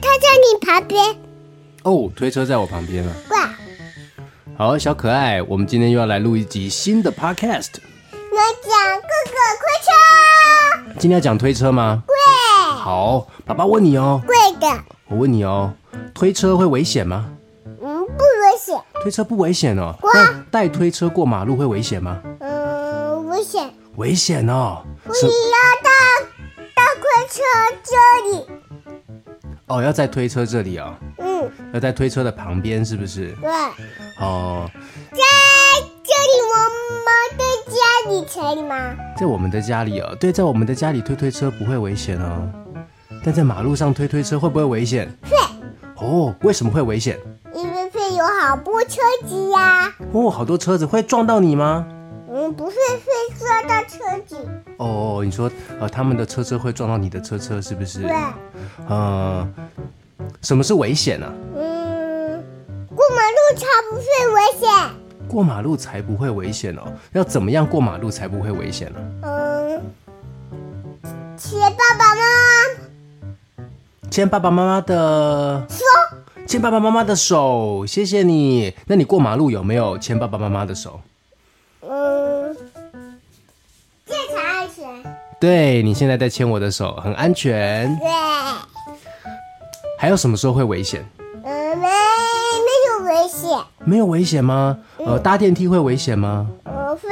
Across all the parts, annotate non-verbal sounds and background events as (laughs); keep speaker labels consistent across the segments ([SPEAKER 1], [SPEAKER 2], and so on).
[SPEAKER 1] 它在你旁边，
[SPEAKER 2] 哦，推车在我旁边啊。
[SPEAKER 1] 哇，
[SPEAKER 2] 好，小可爱，我们今天又要来录一集新的 podcast。
[SPEAKER 1] 我讲哥哥快车，
[SPEAKER 2] 今天要讲推车吗？
[SPEAKER 1] 贵
[SPEAKER 2] 好，爸爸问你哦，
[SPEAKER 1] 贵的，
[SPEAKER 2] 我问你哦，推车会危险吗？
[SPEAKER 1] 嗯，不危险，
[SPEAKER 2] 推车不危险哦。
[SPEAKER 1] 哇
[SPEAKER 2] 那带推车过马路会危险吗？
[SPEAKER 1] 嗯，危险。
[SPEAKER 2] 危险哦。
[SPEAKER 1] 我
[SPEAKER 2] 是
[SPEAKER 1] 也要到到快车这里，
[SPEAKER 2] 哦，要在推车这里哦，
[SPEAKER 1] 嗯，
[SPEAKER 2] 要在推车的旁边是不是？
[SPEAKER 1] 对，
[SPEAKER 2] 哦，
[SPEAKER 1] 在这里我们在家里可以吗？
[SPEAKER 2] 在我们的家里哦，对，在我们的家里推推车不会危险哦，但在马路上推推车会不会危险？
[SPEAKER 1] 会，
[SPEAKER 2] 哦，为什么会危险？
[SPEAKER 1] 因为会有好多车子呀、
[SPEAKER 2] 哦，好多车子会撞到你吗？
[SPEAKER 1] 嗯，不会会坐到车子，
[SPEAKER 2] 哦，你说呃，他们的车车会撞到你的车车是不是
[SPEAKER 1] 对？，
[SPEAKER 2] 呃，什么是危险啊？
[SPEAKER 1] 嗯，过马路才不会危险，
[SPEAKER 2] 过马路才不会危险哦，要怎么样过马路才不会危险呢、
[SPEAKER 1] 嗯，请爸爸妈妈
[SPEAKER 2] 牵爸爸妈妈的，
[SPEAKER 1] 说，
[SPEAKER 2] 牵爸爸妈妈的手，谢谢你。那你过马路有没有牵爸爸妈妈的手？
[SPEAKER 1] 嗯，这才安全，
[SPEAKER 2] 对你现在在牵我的手，很安全。
[SPEAKER 1] 对，
[SPEAKER 2] 还有什么时候会危险？
[SPEAKER 1] 嗯，没没有危险。
[SPEAKER 2] 没有危险吗？呃，搭电梯会危险吗？
[SPEAKER 1] 我会，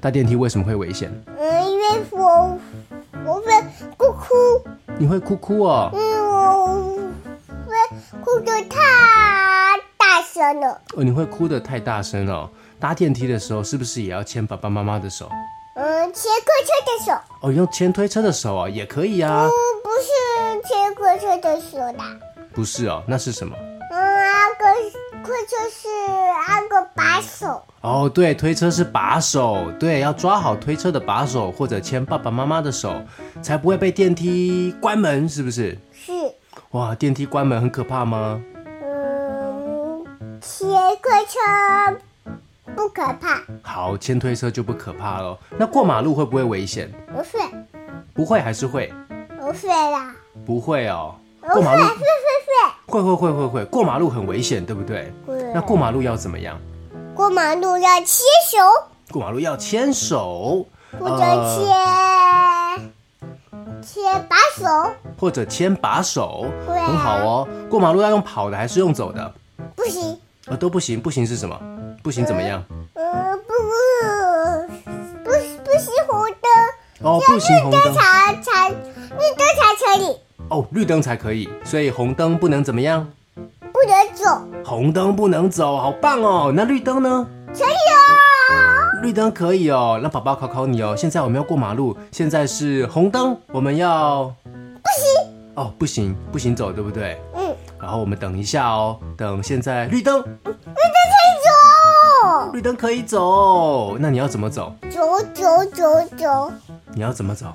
[SPEAKER 2] 搭电梯为什么会危险？
[SPEAKER 1] 嗯，因为我我会哭哭，
[SPEAKER 2] 你会哭哭哦。
[SPEAKER 1] 嗯，我会哭的太大声了，
[SPEAKER 2] 哦，你会哭得太大声了、哦。搭电梯的时候是不是也要牵爸爸妈妈的手？
[SPEAKER 1] 嗯，骑客车的手，
[SPEAKER 2] 哦，用牵推车的手啊、也可以啊
[SPEAKER 1] 不。不是骑客车的手的，
[SPEAKER 2] 不是哦，那是什么？
[SPEAKER 1] 嗯，那个客车是那个把手，
[SPEAKER 2] 哦，对，推车是把手，对，要抓好推车的把手，或者牵爸爸妈妈的手，才不会被电梯关门，是不是？
[SPEAKER 1] 是，
[SPEAKER 2] 哇，电梯关门很可怕吗？
[SPEAKER 1] 嗯，骑客车不可怕，
[SPEAKER 2] 好，牵推车就不可怕了。那过马路会不会危险？
[SPEAKER 1] 我会，
[SPEAKER 2] 不会还是会？
[SPEAKER 1] 我会啦，
[SPEAKER 2] 不会哦。
[SPEAKER 1] 我
[SPEAKER 2] 过
[SPEAKER 1] 会，
[SPEAKER 2] 马
[SPEAKER 1] 会
[SPEAKER 2] 路
[SPEAKER 1] 会会
[SPEAKER 2] 会会会会会，过马路很危险，对不对？
[SPEAKER 1] 会，嗯
[SPEAKER 2] 那过马路要怎么样？
[SPEAKER 1] 过马路要牵手。
[SPEAKER 2] 过马路要牵手，
[SPEAKER 1] 嗯或者
[SPEAKER 2] 呃
[SPEAKER 1] 切切把手，
[SPEAKER 2] 或者牵把手，
[SPEAKER 1] 对啊
[SPEAKER 2] 很好哦。过马路要用跑的还是用走的？
[SPEAKER 1] 不行，
[SPEAKER 2] 呃，都不行，不行是什么？不行怎么样？
[SPEAKER 1] 呃，不不不不行红灯，
[SPEAKER 2] 哦，不行红
[SPEAKER 1] 这
[SPEAKER 2] 灯
[SPEAKER 1] 才才绿灯才车里
[SPEAKER 2] 哦，绿灯才可以，所以红灯不能怎么样？
[SPEAKER 1] 不能走，
[SPEAKER 2] 红灯不能走，好棒哦。那绿灯呢？
[SPEAKER 1] 车里哦，
[SPEAKER 2] 绿灯可以哦。那宝宝考考你哦，现在我们要过马路，现在是红灯，我们要哦，不行，不行走，对不对？
[SPEAKER 1] 嗯，
[SPEAKER 2] 然后我们等一下哦，等现在绿灯，
[SPEAKER 1] 走
[SPEAKER 2] 绿灯可以走。那你要怎么走？
[SPEAKER 1] 走走走走，
[SPEAKER 2] 你要怎么走？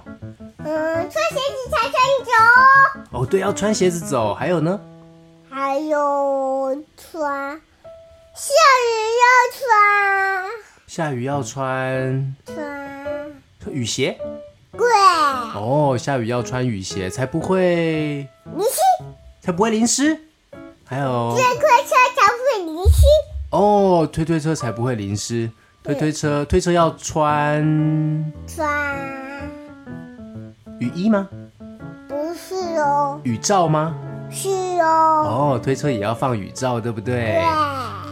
[SPEAKER 1] 嗯，穿鞋子才可以走，
[SPEAKER 2] 哦，对，要穿鞋子走。还有呢？
[SPEAKER 1] 还有穿下雨
[SPEAKER 2] 下雨要穿
[SPEAKER 1] 要穿穿
[SPEAKER 2] 雨鞋。
[SPEAKER 1] 对，
[SPEAKER 2] 哦，下雨要穿雨鞋，才不会
[SPEAKER 1] 你是。
[SPEAKER 2] 才不会淋湿。还有
[SPEAKER 1] 这块车才会离心，
[SPEAKER 2] 哦，推推车才不会淋湿。推推车，推车要穿
[SPEAKER 1] 穿
[SPEAKER 2] 雨衣吗？
[SPEAKER 1] 不是哦，
[SPEAKER 2] 雨罩吗？
[SPEAKER 1] 是哦，
[SPEAKER 2] 哦，推车也要放雨罩，对不对
[SPEAKER 1] 对，？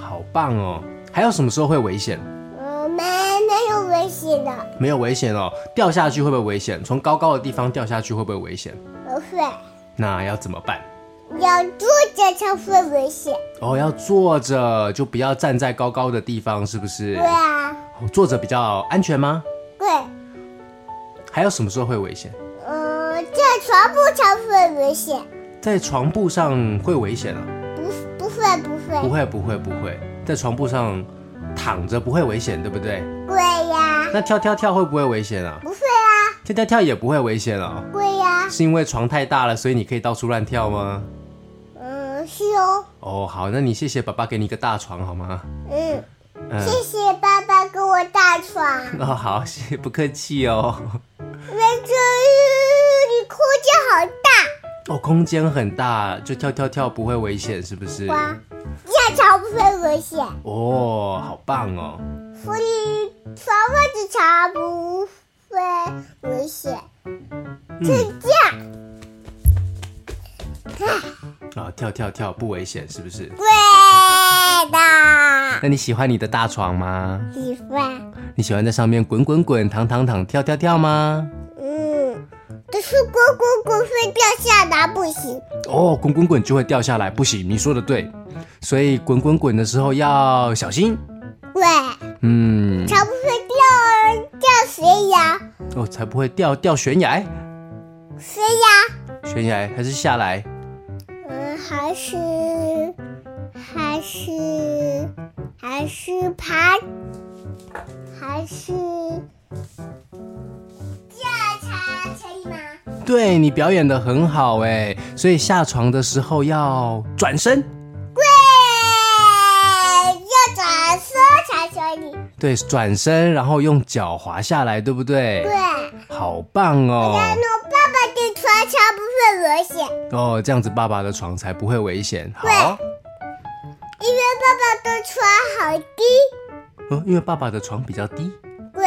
[SPEAKER 2] 好棒哦！还有什么时候会危险？
[SPEAKER 1] 我们没有危险的，
[SPEAKER 2] 没有危险哦，掉下去会不会危险？从高高的地方掉下去会不会危险？
[SPEAKER 1] 不会，
[SPEAKER 2] 那要怎么办？
[SPEAKER 1] 要坐着才会危险，
[SPEAKER 2] 哦，要坐着，就不要站在高高的地方，是不是
[SPEAKER 1] 对？啊，
[SPEAKER 2] 哦坐着比较安全吗？
[SPEAKER 1] 对，
[SPEAKER 2] 还有什么时候会危险？
[SPEAKER 1] 嗯，在床铺才会危险，
[SPEAKER 2] 在床铺上会危险啊？
[SPEAKER 1] 不是不会不
[SPEAKER 2] 不
[SPEAKER 1] 会，
[SPEAKER 2] 会，不会，不会，在床铺上躺着不会危险，对不对？
[SPEAKER 1] 对呀，
[SPEAKER 2] 那跳跳跳会不会危险啊？
[SPEAKER 1] 不会啊，
[SPEAKER 2] 跳跳跳也不会危险哦，
[SPEAKER 1] 对呀，
[SPEAKER 2] 是因为床太大了，所以你可以到处乱跳吗？
[SPEAKER 1] 嗯，是哦，
[SPEAKER 2] 哦，好，那你谢谢爸爸给你一个大床好吗？
[SPEAKER 1] 嗯，
[SPEAKER 2] 嗯，
[SPEAKER 1] 谢谢爸爸给我搭床。
[SPEAKER 2] (laughs) 哦，好，谢谢，不客气哦。
[SPEAKER 1] 那这里空间好大，
[SPEAKER 2] 哦，空间很大，就跳跳跳不会危险，是不是？
[SPEAKER 1] 哇，下桥不会危险，
[SPEAKER 2] 哦，好棒哦！
[SPEAKER 1] 所以房外的桥不会危险。是
[SPEAKER 2] 嗯，
[SPEAKER 1] 这样，
[SPEAKER 2] 啊、跳跳跳不危险，是不是？
[SPEAKER 1] 对的。
[SPEAKER 2] 那你喜欢你的大床吗？
[SPEAKER 1] 喜欢，
[SPEAKER 2] 你喜欢在上面滚滚滚、躺躺躺、跳跳跳吗？
[SPEAKER 1] 嗯，可是滚滚滚会掉下来不行。
[SPEAKER 2] 哦，滚滚滚就会掉下来，不行，你说的对，所以滚滚滚的时候要小心。
[SPEAKER 1] 对，
[SPEAKER 2] 嗯，
[SPEAKER 1] 桥不会掉掉水崖，
[SPEAKER 2] 哦，才不会掉掉悬崖，
[SPEAKER 1] 水崖，
[SPEAKER 2] 悬崖还是下来。
[SPEAKER 1] 嗯，还是还是还是爬，还是下茶可以吗？
[SPEAKER 2] 对你表演的很好哎，所以下床的时候要转身，
[SPEAKER 1] 对，要转身才可以。
[SPEAKER 2] 对，转身，然后用脚滑下来，对不对？
[SPEAKER 1] 对，然
[SPEAKER 2] 好棒哦！
[SPEAKER 1] 后爸爸的船桥不会危险。
[SPEAKER 2] 哦，这样子爸爸的床才不会危险。好，
[SPEAKER 1] 因为爸爸的船好低，
[SPEAKER 2] 嗯，因为爸爸的床比较低。
[SPEAKER 1] 对，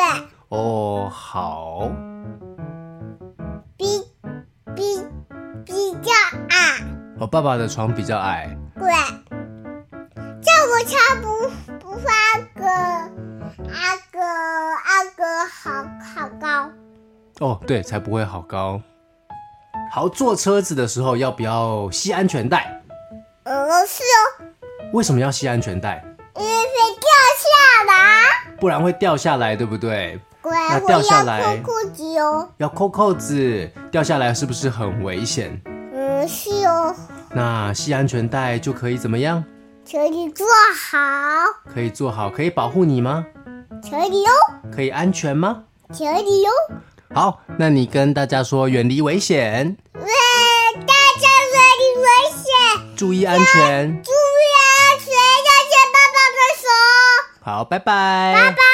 [SPEAKER 2] 哦，好，
[SPEAKER 1] 比比比较矮，
[SPEAKER 2] 哦，爸爸的床比较矮。
[SPEAKER 1] 对，这样我才不不会那个那个那个好好高，
[SPEAKER 2] 哦，对，才不会好高。好，坐车子的时候要不要系安全带？
[SPEAKER 1] 嗯是哦，
[SPEAKER 2] 为什么要系安全带？
[SPEAKER 1] 因为会掉下来，
[SPEAKER 2] 不然会掉下来，对不对？
[SPEAKER 1] 对，
[SPEAKER 2] 那
[SPEAKER 1] 我
[SPEAKER 2] 掉下
[SPEAKER 1] 要
[SPEAKER 2] 来
[SPEAKER 1] 脱裤子嗯哦，
[SPEAKER 2] 要扣扣子，掉下来是不是很危险？
[SPEAKER 1] 嗯是哦，
[SPEAKER 2] 那系安全带就可以怎么样？
[SPEAKER 1] 请你坐好，
[SPEAKER 2] 可以做好，可以保护你吗？
[SPEAKER 1] 请你哦，
[SPEAKER 2] 可以安全吗？
[SPEAKER 1] 请你哦，
[SPEAKER 2] 好，那你跟大家说远离危险，
[SPEAKER 1] 喂，大家远离危险。
[SPEAKER 2] 注意安全。
[SPEAKER 1] 注意安全，要牵爸爸的手。
[SPEAKER 2] 好，拜拜。拜拜。